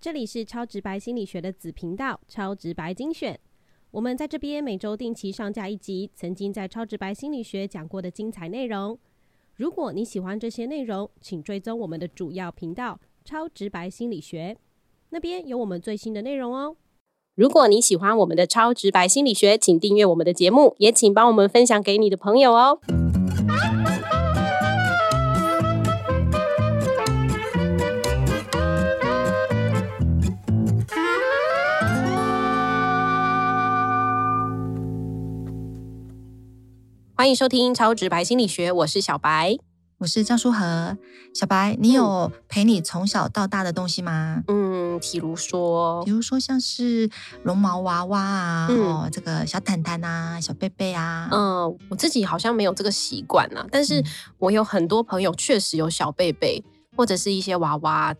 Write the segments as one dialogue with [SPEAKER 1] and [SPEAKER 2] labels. [SPEAKER 1] 这里是超直白心理学的子频道“超直白精选”，我们在这边每周定期上架一集曾经在超直白心理学讲过的精彩内容。如果你喜欢这些内容，请追踪我们的主要频道“超直白心理学”，那边有我们最新的内容哦。如果你喜欢我们的超直白心理学，请订阅我们的节目，也请帮我们分享给你的朋友哦。欢迎收听超直白心理学，我是小白。
[SPEAKER 2] 我是赵书和。小白，你
[SPEAKER 1] 嗯
[SPEAKER 2] 有陪你从小到大的东西吗？
[SPEAKER 1] 嗯，比如说
[SPEAKER 2] 比，如说像是绒毛娃娃啊，
[SPEAKER 1] 嗯
[SPEAKER 2] 哦，这个小毯毯啊，小贝贝啊，
[SPEAKER 1] 嗯、我自己好像没有这个习惯啦，但是
[SPEAKER 2] 嗯
[SPEAKER 1] 我有很多朋友确实有小贝贝或者是一些娃娃，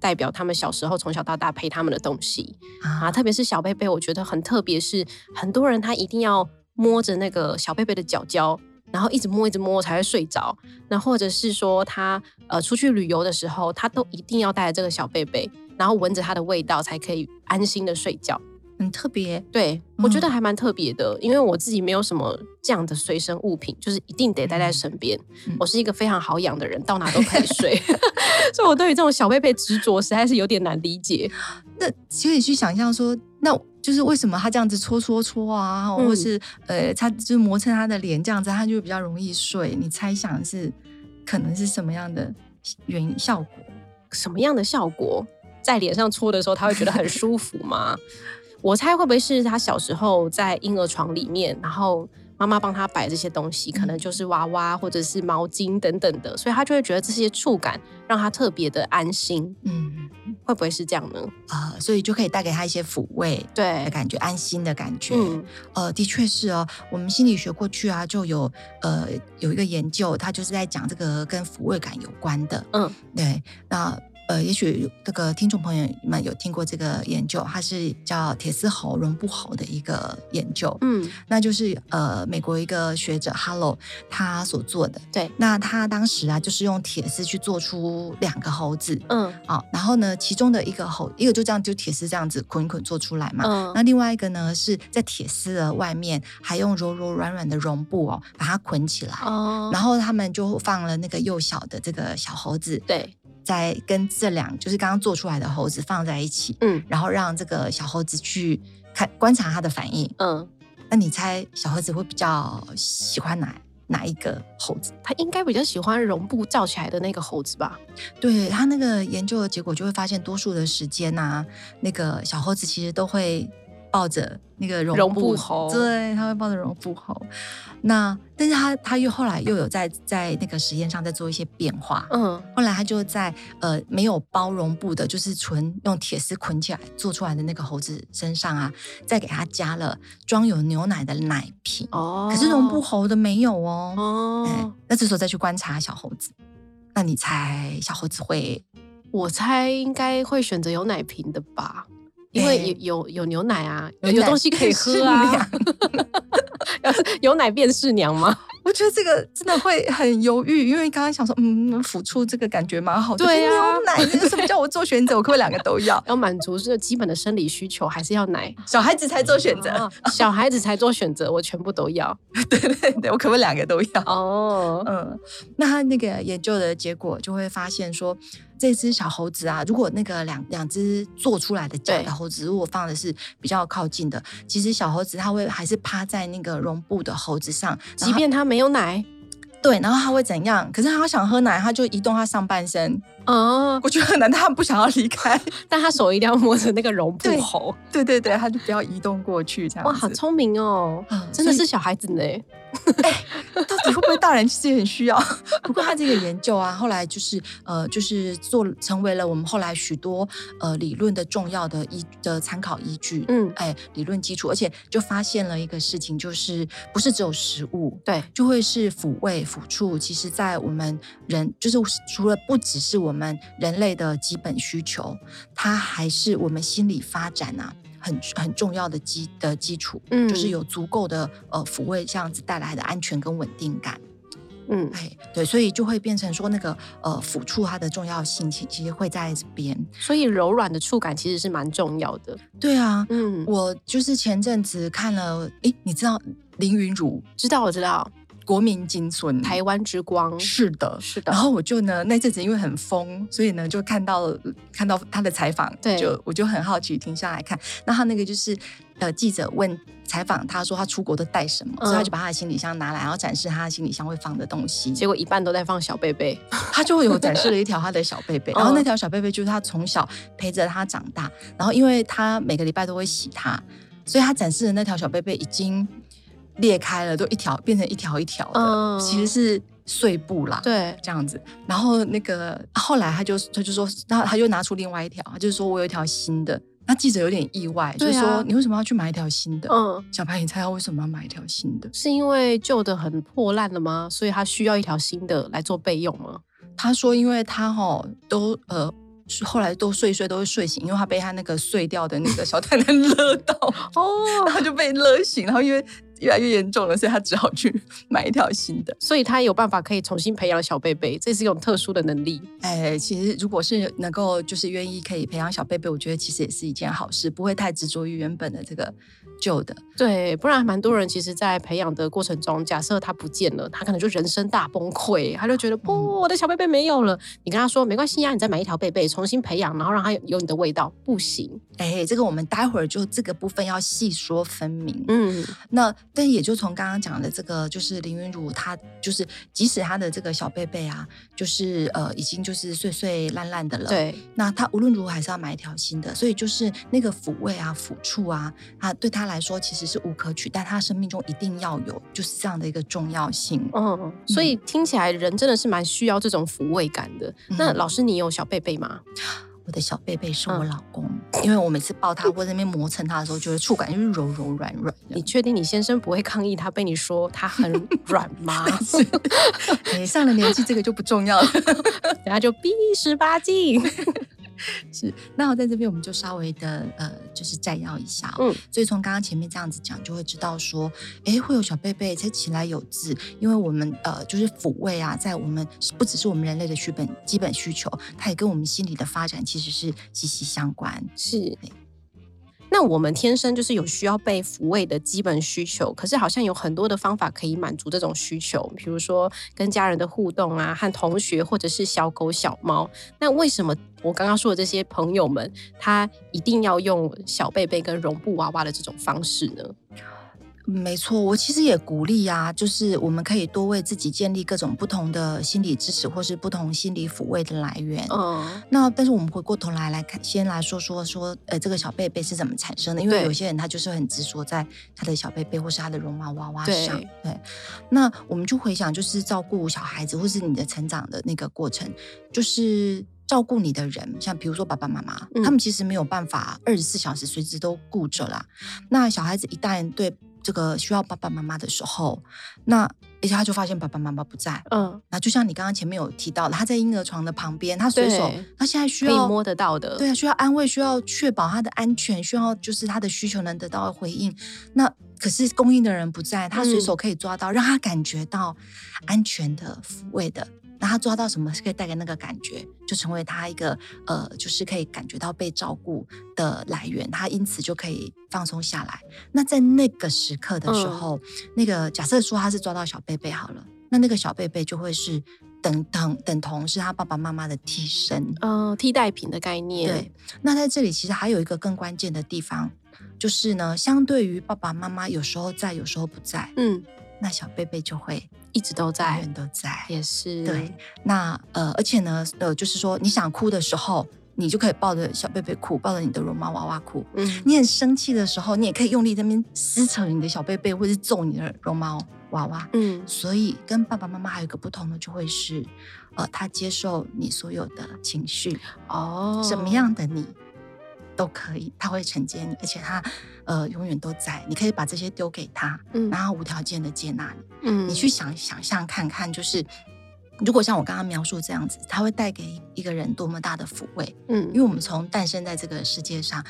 [SPEAKER 1] 代表他们小时候从小到大陪他们的东西。啊，
[SPEAKER 2] 啊，
[SPEAKER 1] 特别是小贝贝，我觉得很特别，是很多人他一定要摸着那个小贝贝的脚脚，然后一直摸一直摸才会睡着。那或者是说他呃出去旅游的时候，他都一定要带着这个小贝贝，然后闻着它的味道才可以安心的睡觉。
[SPEAKER 2] 很特别。
[SPEAKER 1] 对我觉得
[SPEAKER 2] 嗯
[SPEAKER 1] 还蛮特别的，因为我自己没有什么这样的随身物品，就是一定得带在身边。
[SPEAKER 2] 嗯
[SPEAKER 1] 我是一个非常好养的人，到哪都 可以睡， 所以我对于这种小贝贝执着实在是有点难理解。
[SPEAKER 2] 那其实你去想象说，那就是为什么他这样子搓搓搓啊，
[SPEAKER 1] 嗯
[SPEAKER 2] 或是呃，他就是磨蹭他的脸这样子，他就比较容易睡。你猜想是可能是什么样的原效果？
[SPEAKER 1] 什么样的效果，在脸上搓的时候，他会觉得很舒服吗？ 我猜会不会是他小时候在婴儿床里面，然后妈妈帮他摆这些东西，可
[SPEAKER 2] 嗯
[SPEAKER 1] 能就是娃娃或者是毛巾等等的，所以他就会觉得这些触感让他特别的安心，
[SPEAKER 2] 嗯
[SPEAKER 1] 会不会是这样呢？
[SPEAKER 2] 啊、所以就可以带给他一些抚慰的
[SPEAKER 1] 对，
[SPEAKER 2] 感觉，安心的感觉。
[SPEAKER 1] 嗯
[SPEAKER 2] 呃，的确是哦，我们心理学过去啊就有呃有一个研究，它就是在讲这个跟抚慰感有关的。
[SPEAKER 1] 嗯，
[SPEAKER 2] 对，那。呃，也许这个听众朋友们有听过这个研究，它是叫铁丝猴绒布猴的一个研究。
[SPEAKER 1] 嗯
[SPEAKER 2] 那就是呃，美国一个学者 Hello 他所做的。
[SPEAKER 1] 对，
[SPEAKER 2] 那他当时啊，就是用铁丝去做出两个猴子
[SPEAKER 1] 嗯
[SPEAKER 2] 啊、然后呢，其中的一个猴，一个就这样就铁丝这样子捆一捆做出来嘛，那
[SPEAKER 1] 嗯
[SPEAKER 2] 另外一个呢，是在铁丝的外面还用柔柔软软的绒布哦，把它捆起来。
[SPEAKER 1] 哦
[SPEAKER 2] 然后他们就放了那个幼小的这个小猴子，
[SPEAKER 1] 对，
[SPEAKER 2] 在跟这两就是刚刚做出来的猴子放在一起，
[SPEAKER 1] 嗯
[SPEAKER 2] 然后让这个小猴子去看观察它的反应。
[SPEAKER 1] 嗯，
[SPEAKER 2] 那你猜小猴子会比较喜欢哪哪一个猴子？
[SPEAKER 1] 他应该比较喜欢绒布罩起来的那个猴子吧？
[SPEAKER 2] 对他那个研究的结果就会发现，多数的时间呐、那个小猴子其实都会抱着那个绒
[SPEAKER 1] 绒
[SPEAKER 2] 布
[SPEAKER 1] 布猴
[SPEAKER 2] 对，他会抱着绒布猴。那但是他他又后来又有在在那个实验上再做一些变化。
[SPEAKER 1] 嗯
[SPEAKER 2] 后来他就在呃没有包绒布的，就是纯用铁丝捆起来做出来的那个猴子身上啊，再给它加了装有牛奶的奶瓶。
[SPEAKER 1] 哦，
[SPEAKER 2] 可是绒布猴的没有哦。哎
[SPEAKER 1] 哦，，
[SPEAKER 2] 那这时候再去观察小猴子，那你猜小猴子会？
[SPEAKER 1] 我猜应该会选择有奶瓶的吧，因为
[SPEAKER 2] 诶
[SPEAKER 1] 有有有牛奶啊，有
[SPEAKER 2] 牛
[SPEAKER 1] 有
[SPEAKER 2] 奶
[SPEAKER 1] 东西 可以喝 啊。有奶便是娘吗？
[SPEAKER 2] 我觉得这个真的会很犹豫，因为刚刚想说，嗯，抚触这个感觉蛮好的，
[SPEAKER 1] 对
[SPEAKER 2] 可是
[SPEAKER 1] 啊
[SPEAKER 2] 牛奶这个什么叫我做选择？我可不可以两个都要？
[SPEAKER 1] 要满足这基本的生理需求，还是要奶？
[SPEAKER 2] 小孩子才做选择，
[SPEAKER 1] 啊小孩子才做选择，我全部都要。
[SPEAKER 2] 对对 对，我可不可以两个都要？
[SPEAKER 1] 哦，
[SPEAKER 2] 嗯，那他那个研究的结果就会发现说，这只小猴子啊，如果那个两两只做出来的假
[SPEAKER 1] 对
[SPEAKER 2] 的猴子，如果放的是比较靠近的，其实小猴子它会还是趴在那个绒布的猴子上，然
[SPEAKER 1] 即
[SPEAKER 2] 后
[SPEAKER 1] 便他没有奶，
[SPEAKER 2] 对，然后它会怎样？可是它想喝奶，它就移动它上半身，
[SPEAKER 1] 哦，
[SPEAKER 2] 我觉得很难，它不想要离开。
[SPEAKER 1] 但他手一定要摸着那个绒布
[SPEAKER 2] 对
[SPEAKER 1] 猴。
[SPEAKER 2] 对对对，它就不要移动过去这样
[SPEAKER 1] 哇，好
[SPEAKER 2] 子
[SPEAKER 1] 聪明哦！
[SPEAKER 2] 嗯
[SPEAKER 1] 真的
[SPEAKER 2] 所
[SPEAKER 1] 是
[SPEAKER 2] 以
[SPEAKER 1] 小孩子呢。
[SPEAKER 2] 到底会不会大人其实很需要？ 不过他这个研究啊，后来就是呃，就是做成为了我们后来许多呃理论的重要的依的参考依据。
[SPEAKER 1] 嗯，
[SPEAKER 2] 哎，理论基础，而且就发现了一个事情，就是不是只有食物，
[SPEAKER 1] 对，
[SPEAKER 2] 就会是抚慰、抚触。其实，在我们人，就是除了不只是我们人类的基本需求，它还是我们心理发展啊很很重要的基的基础。
[SPEAKER 1] 嗯
[SPEAKER 2] 就是有足够的呃抚慰，这样子带来的安全跟稳定感。
[SPEAKER 1] 嗯
[SPEAKER 2] 哎，对，所以就会变成说那个呃抚触它的重要性，其其实会在这边。
[SPEAKER 1] 所以柔软的触感其实是蛮重要的。
[SPEAKER 2] 对啊，
[SPEAKER 1] 嗯，我
[SPEAKER 2] 我就是前阵子看了，诶，你知道林云儒
[SPEAKER 1] 知道，我知道，
[SPEAKER 2] 国民金孙
[SPEAKER 1] 台湾之光
[SPEAKER 2] 是的。
[SPEAKER 1] 是的
[SPEAKER 2] 然，后我就呢，那阵子因为很疯，所以呢就看到了看到他的采访，
[SPEAKER 1] 对
[SPEAKER 2] 就我就很好奇停下来看。那他那个就是呃，记者问采访他说他出国都带什么，所以他
[SPEAKER 1] 嗯
[SPEAKER 2] 就把他的行李箱拿来，然后展示他的行李箱会放的东西。
[SPEAKER 1] 结果一半都在放小贝贝，
[SPEAKER 2] 他就有展示了一条他的小贝贝，
[SPEAKER 1] 嗯
[SPEAKER 2] 然后那条小贝贝就是他从小陪着他长大，然后因为他每个礼拜都会洗它，所以他展示的那条小贝贝已经裂开了，都一条变成一条一条的，
[SPEAKER 1] 嗯
[SPEAKER 2] 其实是碎布啦。
[SPEAKER 1] 对，
[SPEAKER 2] 这样子，然后那个啊后来他就他就说，他他就拿出另外一条，他就说我有一条新的。那记者有点意外，就
[SPEAKER 1] 对啊
[SPEAKER 2] 是说你为什么要去买一条新的？
[SPEAKER 1] 嗯，
[SPEAKER 2] 小白，你猜他为什么要买一条新的？
[SPEAKER 1] 是因为旧的很破烂了吗？所以它需要一条新的来做备用吗？
[SPEAKER 2] 他说，因为他哈都呃。是后来都睡一睡都会睡醒，因为他被他那个碎掉的那个小蛋蛋勒 到，
[SPEAKER 1] 哦，
[SPEAKER 2] 他就被勒醒，然后因为越来越严重了，所以他只好去买一条新的。
[SPEAKER 1] 所以它有办法可以重新培养小贝贝，这是一种特殊的能力。
[SPEAKER 2] 哎，其实如果是能够就是愿意可以培养小贝贝，我觉得其实也是一件好事，不会太执着于原本的这个旧的。
[SPEAKER 1] 对，不然蛮多人其实，在培养的过程中，假设他不见了，他可能就人生大崩溃，他就
[SPEAKER 2] 嗯
[SPEAKER 1] 觉得不、我的小贝贝没有了。你跟他说没关系呀、啊你再买一条贝贝，重新培养，然后让它有有你的味道，不行。
[SPEAKER 2] 哎，这个我们待会儿就这个部分要细说分明。
[SPEAKER 1] 嗯，
[SPEAKER 2] 那但也就从刚刚讲的这个，就是林云儒他就是，即使他的这个小贝贝啊，就是呃已经就是碎碎烂烂的了，。
[SPEAKER 1] 对，
[SPEAKER 2] 那他无论如何还是要买一条新的，所以就是那个抚慰啊、抚触啊，啊对他来说其实是无可取代，他生命中一定要有，就是这样的一个重要性。
[SPEAKER 1] 嗯，所以听起来人真的是蛮需要这种抚慰感的。那
[SPEAKER 2] 嗯
[SPEAKER 1] 老师，你有小贝贝吗？
[SPEAKER 2] 我的小贝贝是
[SPEAKER 1] 嗯
[SPEAKER 2] 我老公，因为我每次抱他或者那边磨蹭他的时候，觉得触感就是柔柔软软的
[SPEAKER 1] 你。 确定你先生不会抗议他被你说他很 软 吗？
[SPEAKER 2] 哎上了年纪这个就不重要了。
[SPEAKER 1] 等下就逼十八禁。
[SPEAKER 2] 是，那我在这边我们就稍微的呃，就是摘要一下、哦。
[SPEAKER 1] 嗯
[SPEAKER 2] 所以从刚刚前面这样子讲，就会知道说，诶，会有小贝贝，才起来有字，因为我们呃，就是抚慰啊，在我们不只是我们人类的基本基本需求，它也跟我们心理的发展其实是息息相关。
[SPEAKER 1] 是。那我们天生就是有需要被抚慰的基本需求，可是好像有很多的方法可以满足这种需求，比如说跟家人的互动啊，和同学或者是小狗、小猫。那为什么我刚刚说的这些朋友们，他一定要用小贝贝跟绒布娃娃的这种方式呢？
[SPEAKER 2] 没错，我其实也鼓励啊，就是我们可以多为自己建立各种不同的心理支持，或是不同心理抚慰的来源。
[SPEAKER 1] 嗯，
[SPEAKER 2] 那但是我们回过头来来看，先来说说说，呃，这个小贝贝是怎么产生的？因为
[SPEAKER 1] 对
[SPEAKER 2] 有些人他就是很执着在他的小贝贝或是他的绒毛娃娃上。
[SPEAKER 1] 对
[SPEAKER 2] 对，那我们就回想，就是照顾小孩子或是你的成长的那个过程，就是。照顾你的人，像比如说爸爸妈妈，
[SPEAKER 1] 嗯
[SPEAKER 2] 他们其实没有办法二十四小时随时都顾着啦。那小孩子一旦对这个需要爸爸妈妈的时候，那而且他就发现爸爸妈妈不在，
[SPEAKER 1] 嗯，
[SPEAKER 2] 那就像你刚刚前面有提到的，他在婴儿床的旁边，他随手
[SPEAKER 1] 对，
[SPEAKER 2] 他现在需
[SPEAKER 1] 可以
[SPEAKER 2] 要
[SPEAKER 1] 摸得到的。
[SPEAKER 2] 对啊，需要安慰，需要确保他的安全，需要就是他的需求能得到回应。那可是供应的人不在，他随手
[SPEAKER 1] 嗯
[SPEAKER 2] 可以抓到，让他感觉到安全的抚慰的。那他抓到什么是可以带给那个感觉，就成为他一个呃，就是可以感觉到被照顾的来源。他因此就可以放松下来。那在那个时刻的时
[SPEAKER 1] 嗯
[SPEAKER 2] 候，那个假设说他是抓到小贝贝好了，那那个小贝贝就会是等等等同是他爸爸妈妈的替身。
[SPEAKER 1] 嗯、替代品的概念。
[SPEAKER 2] 对，，那在这里其实还有一个更关键的地方，就是呢，相对于爸爸妈妈有时候在，有时候不在，
[SPEAKER 1] 嗯，
[SPEAKER 2] 那小贝贝就会
[SPEAKER 1] 一直都
[SPEAKER 2] 永
[SPEAKER 1] 在
[SPEAKER 2] 远，都在。
[SPEAKER 1] 也是
[SPEAKER 2] 对，那呃，而且呢，呃，就是说你想哭的时候，你就可以抱着小贝贝哭，抱着你的绒毛娃娃哭。
[SPEAKER 1] 嗯，
[SPEAKER 2] 你很生气的时候，你也可以用力在那边撕扯你的小贝贝，或是揍你的绒毛娃娃。
[SPEAKER 1] 嗯，
[SPEAKER 2] 所以跟爸爸妈妈还有一个不同的，就会是，呃，他接受你所有的情绪。
[SPEAKER 1] 哦，
[SPEAKER 2] 什么？样的你都可以，他会承接你，而且他呃永远都在。你可以把这些丢给他，
[SPEAKER 1] 嗯
[SPEAKER 2] 然后无条件的接纳你。
[SPEAKER 1] 嗯，
[SPEAKER 2] 你去想想象看看，就是如果像我刚刚描述这样子，他会带给一个人多么大的抚慰。
[SPEAKER 1] 嗯
[SPEAKER 2] 因为我们从诞生在这个世界上，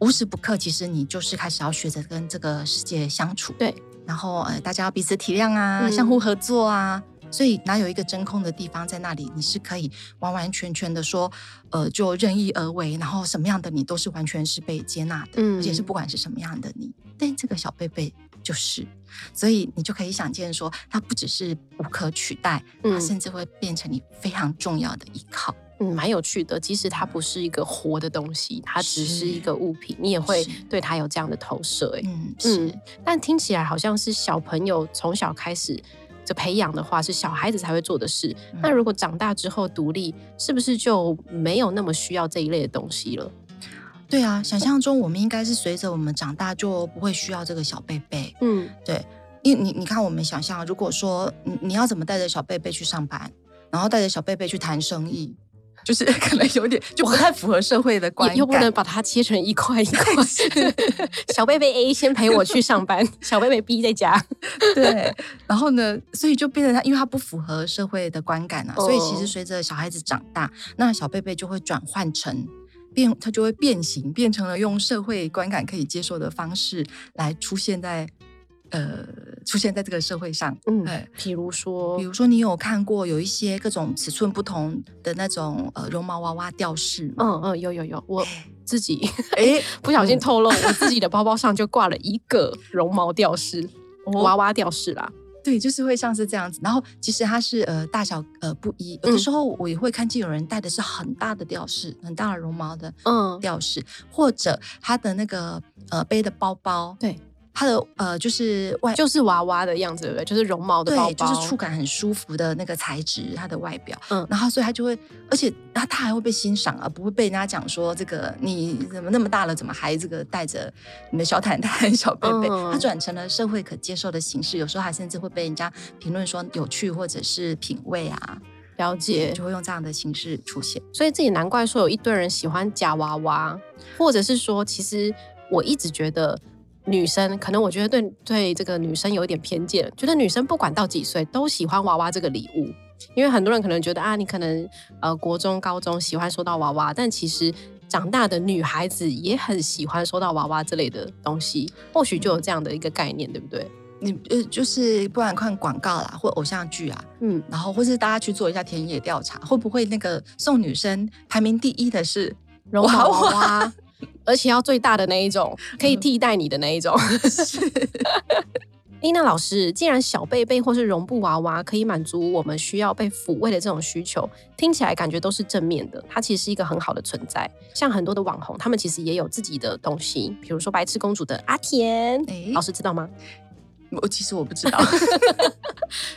[SPEAKER 2] 无时不刻，其实你就是开始要学着跟这个世界相处。
[SPEAKER 1] 对，
[SPEAKER 2] 然后呃，大家要彼此体谅啊，
[SPEAKER 1] 嗯
[SPEAKER 2] 相互合作啊。所以哪有一个真空的地方在那里，你是可以完完全全的说，呃，就任意而为，然后什么样的你都是完全是被接纳的，
[SPEAKER 1] 嗯
[SPEAKER 2] 而且是不管是什么样的你，但这个小贝贝就是，所以你就可以想见说，它不只是无可取代，它
[SPEAKER 1] 嗯
[SPEAKER 2] 甚至会变成你非常重要的依靠。
[SPEAKER 1] 嗯，蛮有趣的。即使它不是一个活的东西，它只是一
[SPEAKER 2] 是
[SPEAKER 1] 个物品，你也会
[SPEAKER 2] 是
[SPEAKER 1] 对它有这样的投射、欸。
[SPEAKER 2] 嗯，是。
[SPEAKER 1] 嗯但听起来好像是小朋友从小开始就培养的话，是小孩子才会做的事。那
[SPEAKER 2] 嗯
[SPEAKER 1] 如果长大之后独立，是不是就没有那么需要这一类的东西了？
[SPEAKER 2] 对啊，想象中我们应该是随着我们长大就不会需要这个小贝贝。
[SPEAKER 1] 嗯
[SPEAKER 2] 对，因为你你看我们想象，如果说你你要怎么带着小贝贝去上班，然后带着小贝贝去谈生意，就是 可能有点就不太符合社会的观
[SPEAKER 1] 也又不
[SPEAKER 2] 感
[SPEAKER 1] 能把它切成一块 一块。小贝贝 A 先陪我去上班， 小贝贝 B 在家。
[SPEAKER 2] 对，然后呢，所以就变成他，因为他不符合社会的观感啊，所以其
[SPEAKER 1] 哦
[SPEAKER 2] 实随着小孩子长大，那小贝贝就会转换成变，他就会变形，变成了用社会观感可以接受的方式来出现在呃出现在这个社会上。
[SPEAKER 1] 嗯
[SPEAKER 2] 哎，
[SPEAKER 1] 比如说
[SPEAKER 2] 比，如说，你有看过有一些各种尺寸不同的那种呃绒毛娃娃吊饰吗？
[SPEAKER 1] 嗯嗯，有有有，我自己
[SPEAKER 2] 哎、
[SPEAKER 1] 不小心
[SPEAKER 2] 嗯
[SPEAKER 1] 透露，我自己的包包上就挂了一个绒毛吊饰，
[SPEAKER 2] 哦
[SPEAKER 1] 娃娃吊饰啦。
[SPEAKER 2] 对，就是会像是这样子。然后其实它是呃大小呃不一，有
[SPEAKER 1] 嗯
[SPEAKER 2] 的时候我也会看见有人戴的是很大的吊饰，很大的绒毛的
[SPEAKER 1] 嗯，
[SPEAKER 2] 吊饰，或者他的那个呃背的包包，
[SPEAKER 1] 对，
[SPEAKER 2] 他的呃就是外
[SPEAKER 1] 就是娃娃的样子，对不对？就是绒毛的包
[SPEAKER 2] 对，就
[SPEAKER 1] 包，
[SPEAKER 2] 是触感很舒服的那个材质，它的外表，
[SPEAKER 1] 嗯
[SPEAKER 2] 嗯，然后所以他就会，而且他他还会被欣赏啊，不会被人家讲说这个你怎么那么大了，怎么还这个带着你的小毯毯、 小贝贝，
[SPEAKER 1] 嗯
[SPEAKER 2] 它转成了社会可接受的形式，有时候还甚至会被人家评论说有趣或者是品味啊，
[SPEAKER 1] 了解。
[SPEAKER 2] 就会用这样的形式出现。
[SPEAKER 1] 所以这也难怪说有一堆人喜欢假娃娃，或者是说，其实我一直觉得女生，可能我觉得对对这个女生有一点偏见，觉得女生不管到几岁都喜欢娃娃这个礼物。因为很多人可能觉得啊，你可能呃国中、高中喜欢收到娃娃，但其实长大的女孩子也很喜欢收到娃娃这类的东西，或许就有这样的一个概念，对不对？
[SPEAKER 2] 你呃，就是不然看广告啦，或偶像剧啊，
[SPEAKER 1] 嗯，
[SPEAKER 2] 然后或是大家去做一下田野调查，会不会那个送女生排名第一的是
[SPEAKER 1] 绒毛娃娃，而且要最大的那一种，可
[SPEAKER 2] 嗯
[SPEAKER 1] 以替代你的那一种。 哎，那老师，既然小贝贝或是绒布娃娃可以满足我们需要被抚慰的这种需求，听起来感觉都是正面的。它其实是一个很好的存在。像很多的网红，他们其实也有自己的东西，比如说白痴公主的阿田，
[SPEAKER 2] 诶
[SPEAKER 1] 老师知道吗？
[SPEAKER 2] 我其实我不知道，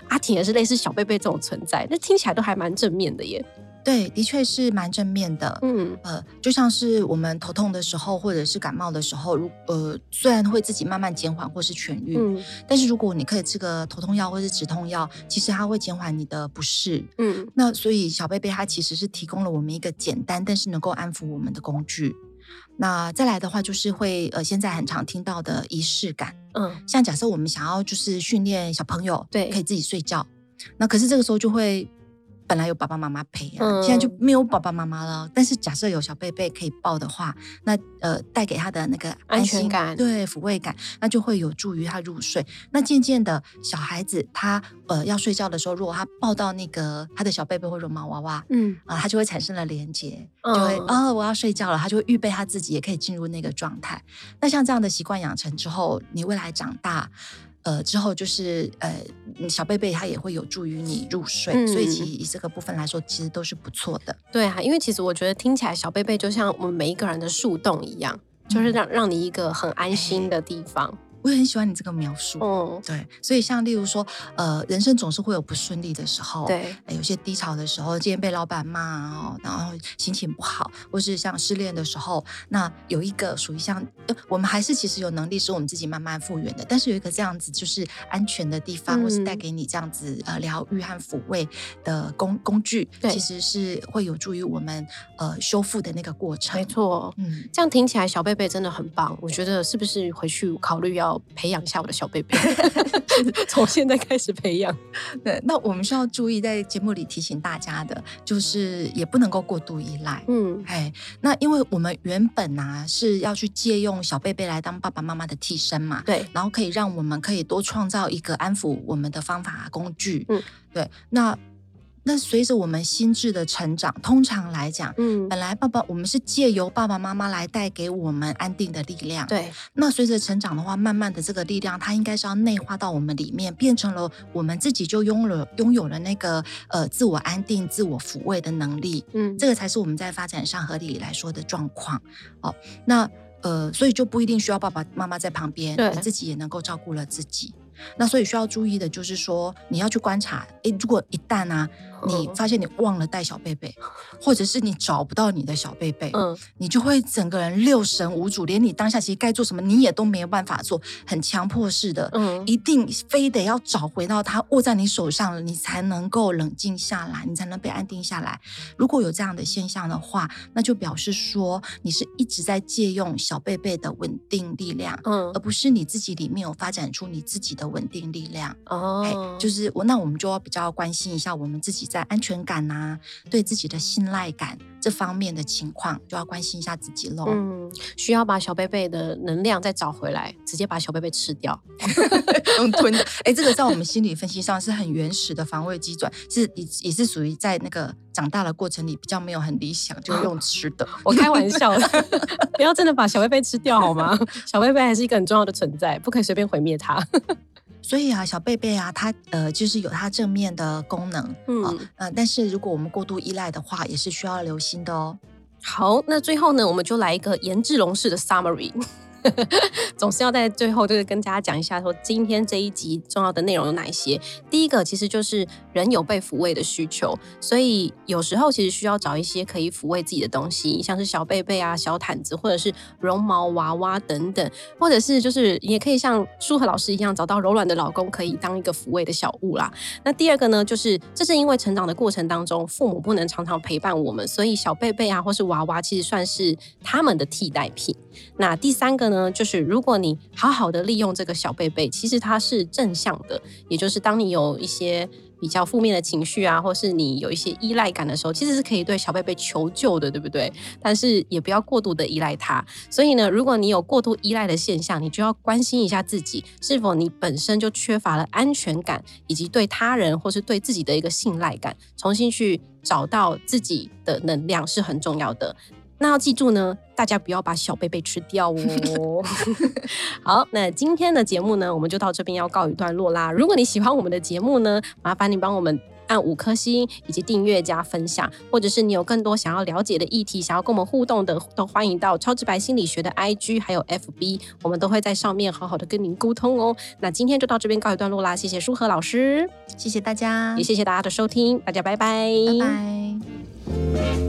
[SPEAKER 1] 阿田也是类似小贝贝这种存在，那听起来都还蛮正面的耶。
[SPEAKER 2] 对，的确是蛮正面的。
[SPEAKER 1] 嗯
[SPEAKER 2] 呃，就像是我们头痛的时候，或者是感冒的时候，如呃，虽然会自己慢慢减缓或是痊愈，
[SPEAKER 1] 嗯
[SPEAKER 2] 但是如果你可以吃个头痛药或是止痛药，其实它会减缓你的不适。
[SPEAKER 1] 嗯
[SPEAKER 2] 那所以小贝贝它其实是提供了我们一个简单但是能够安抚我们的工具。那再来的话，就是会呃，现在很常听到的仪式感，
[SPEAKER 1] 嗯，
[SPEAKER 2] 像假设我们想要就是训练小朋友，
[SPEAKER 1] 对
[SPEAKER 2] 可以自己睡觉，那可是这个时候就会本来有爸爸妈妈陪啊，现在就
[SPEAKER 1] 嗯
[SPEAKER 2] 没有爸爸妈妈了。但是假设有小贝贝可以抱的话，那呃带给他的那个
[SPEAKER 1] 安全
[SPEAKER 2] 心
[SPEAKER 1] 感
[SPEAKER 2] 对抚慰感，那就会有助于他入睡。那渐渐的，小孩子他呃要睡觉的时候，如果他抱到那个他的小贝贝或绒毛娃娃。
[SPEAKER 1] 嗯
[SPEAKER 2] 啊，他就会产生了连接，就会
[SPEAKER 1] 嗯
[SPEAKER 2] 啊、我要睡觉了，他就会预备他自己也可以进入那个状态。那像这样的习惯养成之后，你未来长大，呃，之后就是呃，你小贝贝他也会有助于你入睡，所以其
[SPEAKER 1] 嗯
[SPEAKER 2] 实以这个部分来说，其实都是不错的。
[SPEAKER 1] 对啊，因为其实我觉得听起来小贝贝就像我们每一个人的树洞一样，
[SPEAKER 2] 嗯
[SPEAKER 1] 就是让让你一个很安心的地方。
[SPEAKER 2] 我也很喜欢你这个描述。
[SPEAKER 1] 嗯，
[SPEAKER 2] 对，所以像例如说，呃，人生总是会有不顺利的时候，
[SPEAKER 1] 对，
[SPEAKER 2] 呃，有些低潮的时候，今天被老板骂哦，然后心情不好，或是像失恋的时候，那有一个属于像、呃我们还是其实有能力使我们自己慢慢复原的，但是有一个这样子就是安全的地方，或是带
[SPEAKER 1] 嗯
[SPEAKER 2] 给你这样子呃疗愈和抚慰的工工具，
[SPEAKER 1] 对
[SPEAKER 2] 其实是会有助于我们呃修复的那个过程。
[SPEAKER 1] 没，错。
[SPEAKER 2] 嗯，
[SPEAKER 1] 这样听起来，小贝贝真的很棒。我觉得是不是回去考虑要好培养一下我的小 贝 贝，从现在开始培养。
[SPEAKER 2] 对，那我们需要注意，在节目里提醒大家的，就是也不能够过度依赖。
[SPEAKER 1] 嗯
[SPEAKER 2] 哎，那因为我们原本啊是要去借用小贝贝来当爸爸妈妈的替身嘛，
[SPEAKER 1] 对，
[SPEAKER 2] 然后可以让我们可以多创造一个安抚我们的方法啊工具。
[SPEAKER 1] 嗯，
[SPEAKER 2] 对。那那随着我们心智的成长，通常来讲，
[SPEAKER 1] 嗯，
[SPEAKER 2] 本来爸爸我们是借由爸爸妈妈来带给我们安定的力量。。
[SPEAKER 1] 对，
[SPEAKER 2] 那随着成长的话，慢慢的这个力量，它应该是要内化到我们里面，变成了我们自己就拥了拥有了那个呃自我安定、自我抚慰的能力。
[SPEAKER 1] 嗯，
[SPEAKER 2] 这个才是我们在发展上合理来说的状况。哦，那呃，所以就不一定需要爸爸妈妈在旁边，
[SPEAKER 1] 对
[SPEAKER 2] 你自己也能够照顾了自己。那所以需要注意的就是说，你要去观察，诶，如果一旦啊，你
[SPEAKER 1] 嗯
[SPEAKER 2] 发现你忘了带小贝贝，或者是你找不到你的小贝贝，
[SPEAKER 1] 嗯
[SPEAKER 2] 你就会整个人六神无主，连你当下其实该做什么你也都没有办法做，很强迫式的，
[SPEAKER 1] 嗯
[SPEAKER 2] 一定非得要找回到它握在你手上了，你才能够冷静下来，你才能被安定下来。如果有这样的现象的话，那就表示说你是一直在借用小贝贝的稳定力量。
[SPEAKER 1] 嗯
[SPEAKER 2] 而不是你自己里面有发展出你自己的稳定力量，哎、
[SPEAKER 1] 哦，
[SPEAKER 2] 就是是我，那我们就要比较关心一下我们自己在安全感呐、对自己的信赖感这方面的情况，就要关心一下自己喽。
[SPEAKER 1] 嗯，需要把小贝贝的能量再找回来，直接把小贝贝吃掉。
[SPEAKER 2] 用吞的。哎、这个在我们心理分析上是很原始的防卫机转，是也也是属于在那个长大的过程里比较没有很理想，就用吃的。
[SPEAKER 1] 我开玩笑的， 不要真的把小贝贝吃掉好吗？小贝贝还是一个很重要的存在，不可以随便毁灭它。
[SPEAKER 2] 所以啊，小贝贝啊，它呃就是有它正面的功能，嗯、
[SPEAKER 1] 嗯，
[SPEAKER 2] 呃，但是如果我们过度依赖的话，也是需要留心的哦。
[SPEAKER 1] 好，那最后呢，我们就来一个颜志龙式的 summary。总是要在最后就是跟大家讲一下，说今天这一集重要的内容有哪一些。第一个其实就是人有被抚慰的需求，所以有时候其实需要找一些可以抚慰自己的东西，像是小被被啊、小毯子，或者是绒毛娃娃等等，或者是就是也可以像舒和老师一样，找到柔软的老公，可以当一个抚慰的小物啦。那第二个呢，就是这是因为成长的过程当中，父母不能常常陪伴我们，所以小贝贝啊，或是娃娃，其实算是他们的替代品。那第三个呢，就是如果你好好的利用这个小贝贝，其实它是正向的，也就是当你有一些。比较负面的情绪啊，或是你有一些依赖感的时候，其实是可以对小贝贝求救的，对不对？但是也不要过度的依赖它。所以呢，如果你有过度依赖的现象，你就要关心一下自己，是否你本身就缺乏了安全感，以及对他人或是对自己的一个信赖感，重新去找到自己的能量是很重要的。那要记住呢，大家不要把小贝贝吃掉哦。好，那今天的节目呢，我们就到这边要告一段落啦。如果你喜欢我们的节目呢，麻烦你帮我们。按五颗星以及订阅加分享，或者是你有更多想要了解的议题，想要跟我们互动的，都欢迎到超直白心理学的 IG 还有 FB，我们都会在上面好好的跟您沟通哦。那今天就到这边告一段落啦，谢谢舒和老师，
[SPEAKER 2] 谢谢大家，
[SPEAKER 1] 也谢谢大家的收听，大家拜拜，
[SPEAKER 2] 拜拜。